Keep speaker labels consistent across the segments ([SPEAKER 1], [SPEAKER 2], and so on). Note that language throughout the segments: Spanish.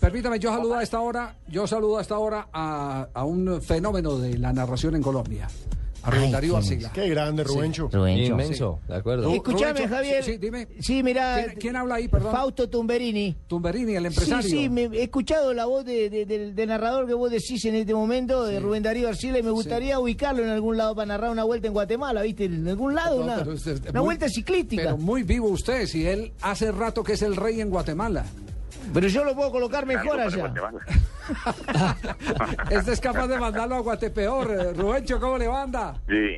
[SPEAKER 1] Permítame, yo saludo a esta hora, yo saludo a esta hora a, a un fenómeno de la narración en Colombia. A Rubén
[SPEAKER 2] Ay,
[SPEAKER 1] Darío
[SPEAKER 2] ¿quién es?
[SPEAKER 1] Arcila.
[SPEAKER 3] Qué grande, Rubencho.
[SPEAKER 2] Rubencho.
[SPEAKER 4] Inmenso, de acuerdo.
[SPEAKER 1] Tú-
[SPEAKER 2] Escúchame,
[SPEAKER 1] Rubencho,
[SPEAKER 2] Javier.
[SPEAKER 1] sí, dime.
[SPEAKER 2] Sí, mira.
[SPEAKER 1] ¿Quién- quién habla ahí, perdón?
[SPEAKER 2] Fausto Tumberini.
[SPEAKER 1] Tumberini, el
[SPEAKER 2] Sí,
[SPEAKER 1] empresario.
[SPEAKER 2] sí, me- he escuchado la voz de- de- del, del narrador que vos decís en este momento, de Rubén Darío Arcila, y me gustaría ubicarlo en algún lado para narrar una vuelta en Guatemala, ¿viste? En algún lado,
[SPEAKER 1] No,
[SPEAKER 2] una,
[SPEAKER 1] pero usted- usted-
[SPEAKER 2] una
[SPEAKER 1] muy-
[SPEAKER 2] vuelta ciclística.
[SPEAKER 1] Pero
[SPEAKER 2] Pero,
[SPEAKER 1] muy vivo usted, si él hace rato que es el rey en Guatemala.
[SPEAKER 2] yo lo puedo colocar mejor
[SPEAKER 5] Tanto para
[SPEAKER 2] allá.
[SPEAKER 5] Guatemala.
[SPEAKER 1] este es capaz de mandarlo a Guatepeor. Eh, Rubencho, ¿cómo le manda?
[SPEAKER 5] Sí.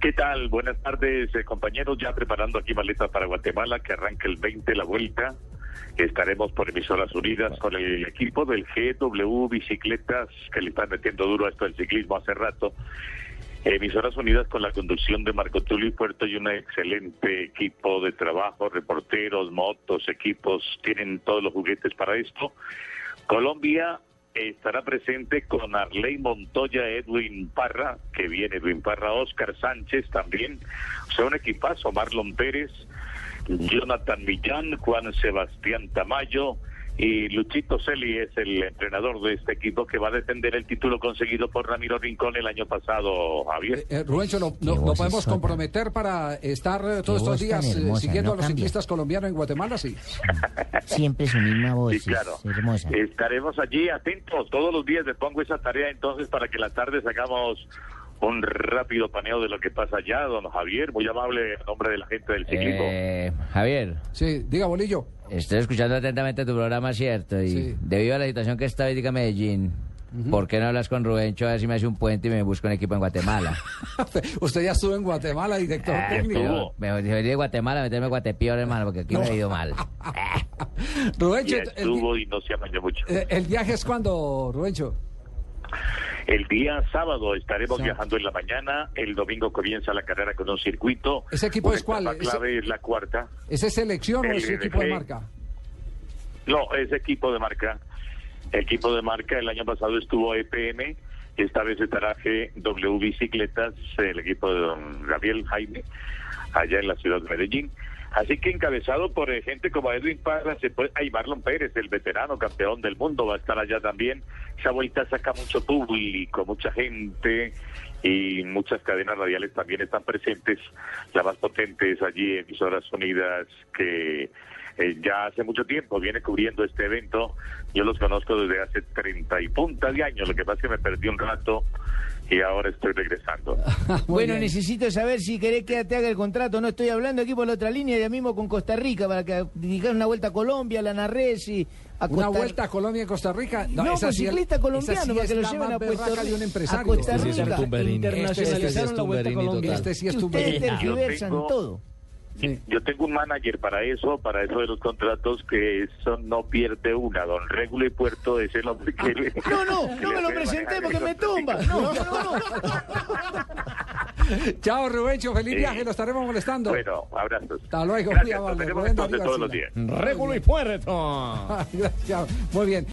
[SPEAKER 5] ¿Qué tal? Buenas tardes, eh, compañeros. Ya preparando aquí maletas para Guatemala, que arranca el 20 la vuelta. Estaremos por Emisoras Unidas con el equipo del GW Bicicletas, que le están metiendo duro a esto del ciclismo hace rato. Emisoras Unidas con la conducción de Marco Tulio y Puerto y un excelente equipo de trabajo, reporteros, motos, equipos, tienen todos los juguetes para esto. Colombia estará presente con Arley Montoya, Edwin Parra, que viene Edwin Parra, Oscar Sánchez también, o sea, un equipazo, Marlon Pérez, Jonathan Millán, Juan Sebastián Tamayo y Luchito Celi es el entrenador de este equipo que va a defender el título conseguido por Ramiro Rincón el año pasado, Javier.
[SPEAKER 1] Eh, eh, Rubencho, ¿lo,
[SPEAKER 4] Qué
[SPEAKER 1] lo, lo
[SPEAKER 4] voz
[SPEAKER 1] podemos
[SPEAKER 4] esota.
[SPEAKER 1] comprometer para estar eh, todos
[SPEAKER 4] Qué
[SPEAKER 1] estos
[SPEAKER 4] voz tan
[SPEAKER 1] días eh,
[SPEAKER 4] hermosa,
[SPEAKER 1] siguiendo
[SPEAKER 4] no
[SPEAKER 1] a los
[SPEAKER 4] cambia.
[SPEAKER 1] ciclistas colombianos en Guatemala? Sí.
[SPEAKER 4] Siempre su misma voz.
[SPEAKER 5] Sí, claro. Estaremos allí atentos. Todos los días les pongo esa tarea entonces para que la tarde sacamos un rápido paneo de lo que pasa allá, don Javier. Muy amable en nombre de la gente
[SPEAKER 4] Eh,
[SPEAKER 5] del ciclismo.
[SPEAKER 4] Javier,
[SPEAKER 1] Sí, diga, Bolillo.
[SPEAKER 4] estoy escuchando atentamente tu programa, ¿cierto? Y
[SPEAKER 1] Sí.
[SPEAKER 4] debido a la situación que está hoy, diga Medellín, ¿por qué no hablas con Rubencho a ver si me hace un puente y me busca un equipo en Guatemala?
[SPEAKER 1] Usted ya estuvo en Guatemala, director
[SPEAKER 4] Ah,
[SPEAKER 1] técnico.
[SPEAKER 4] pero me me voy de Guatemala, meterme a Guatepeor, hermano, porque aquí me he ido mal.
[SPEAKER 1] Rubencho,
[SPEAKER 5] Ya
[SPEAKER 1] el, vi-
[SPEAKER 5] estuvo y no se amañó mucho.
[SPEAKER 1] eh, el viaje es cuando, Rubencho.
[SPEAKER 5] El día sábado estaremos
[SPEAKER 1] Sábado.
[SPEAKER 5] viajando en la mañana. El domingo comienza la carrera con un circuito.
[SPEAKER 1] ¿Ese equipo
[SPEAKER 5] Una
[SPEAKER 1] es cuál?
[SPEAKER 5] etapa
[SPEAKER 1] ¿Ese-
[SPEAKER 5] clave es la cuarta.
[SPEAKER 1] ¿Ese ¿Es selección o
[SPEAKER 5] El
[SPEAKER 1] es equipo de
[SPEAKER 5] IDG.
[SPEAKER 1] marca?
[SPEAKER 5] No, es equipo de marca. Equipo de marca, el año pasado estuvo EPM, esta vez estará GW Bicicletas, el equipo de don Gabriel Jaime, allá en la ciudad de Medellín. Así que encabezado por eh, gente como Edwin Parra, se puede, ay, Marlon Pérez, el veterano campeón del mundo, va a estar allá también. Esa vuelta saca mucho público, mucha gente y muchas cadenas radiales también están presentes. La más potente es allí, Emisoras Unidas, que eh, ya hace mucho tiempo viene cubriendo este evento. Yo los conozco desde hace 30 y punta de años. Lo que pasa es que me perdí un rato y ahora estoy regresando.
[SPEAKER 1] Muy
[SPEAKER 2] Bueno,
[SPEAKER 1] bien.
[SPEAKER 2] necesito saber si querés que te haga el contrato. No estoy hablando aquí por la otra línea, ya mismo con Costa Rica, para que dedicar una vuelta a Colombia, a la Narres y a
[SPEAKER 1] Una
[SPEAKER 2] Costa-
[SPEAKER 1] vuelta a Colombia y Costa Rica. esa
[SPEAKER 2] No, con
[SPEAKER 1] sí es-
[SPEAKER 2] ciclista
[SPEAKER 1] esa
[SPEAKER 2] colombiano,
[SPEAKER 1] sí
[SPEAKER 2] para
[SPEAKER 1] es
[SPEAKER 2] que lo
[SPEAKER 1] la
[SPEAKER 2] lleven
[SPEAKER 1] más
[SPEAKER 2] a Puerto
[SPEAKER 1] berraca de un
[SPEAKER 2] Rico,
[SPEAKER 1] empresario.
[SPEAKER 2] a Costa
[SPEAKER 1] Este sí es
[SPEAKER 2] Rica.
[SPEAKER 1] Tumberini.
[SPEAKER 2] Internacionalizaron
[SPEAKER 1] Este sí es
[SPEAKER 2] la vuelta a
[SPEAKER 1] Tumberini
[SPEAKER 2] Colombia.
[SPEAKER 1] total. Este sí es
[SPEAKER 2] Ustedes
[SPEAKER 1] Tumberini.
[SPEAKER 2] tergiversan
[SPEAKER 5] Yo tengo-
[SPEAKER 2] todo.
[SPEAKER 1] Sí.
[SPEAKER 5] Yo tengo un manager para eso, para eso de los contratos, que eso no pierde una. Don Regulo y Puerto es el hombre que le-
[SPEAKER 2] No, no,
[SPEAKER 5] que
[SPEAKER 2] no
[SPEAKER 5] le
[SPEAKER 2] me lo
[SPEAKER 5] puede
[SPEAKER 2] presenté
[SPEAKER 5] manejar
[SPEAKER 2] porque
[SPEAKER 5] el
[SPEAKER 2] me tumba.
[SPEAKER 5] contratico.
[SPEAKER 2] No, no, no.
[SPEAKER 1] Chao, Rubencho. Feliz
[SPEAKER 5] Sí.
[SPEAKER 1] viaje. Lo estaremos molestando.
[SPEAKER 5] Bueno, abrazos.
[SPEAKER 1] Hasta luego, muy
[SPEAKER 5] Gracias,
[SPEAKER 1] amable.
[SPEAKER 5] nos veremos
[SPEAKER 1] Rubén Darío
[SPEAKER 5] entonces todos los
[SPEAKER 1] Arcila.
[SPEAKER 5] días.
[SPEAKER 1] Muy bien.
[SPEAKER 4] Puerto.
[SPEAKER 1] Gracias. Muy bien.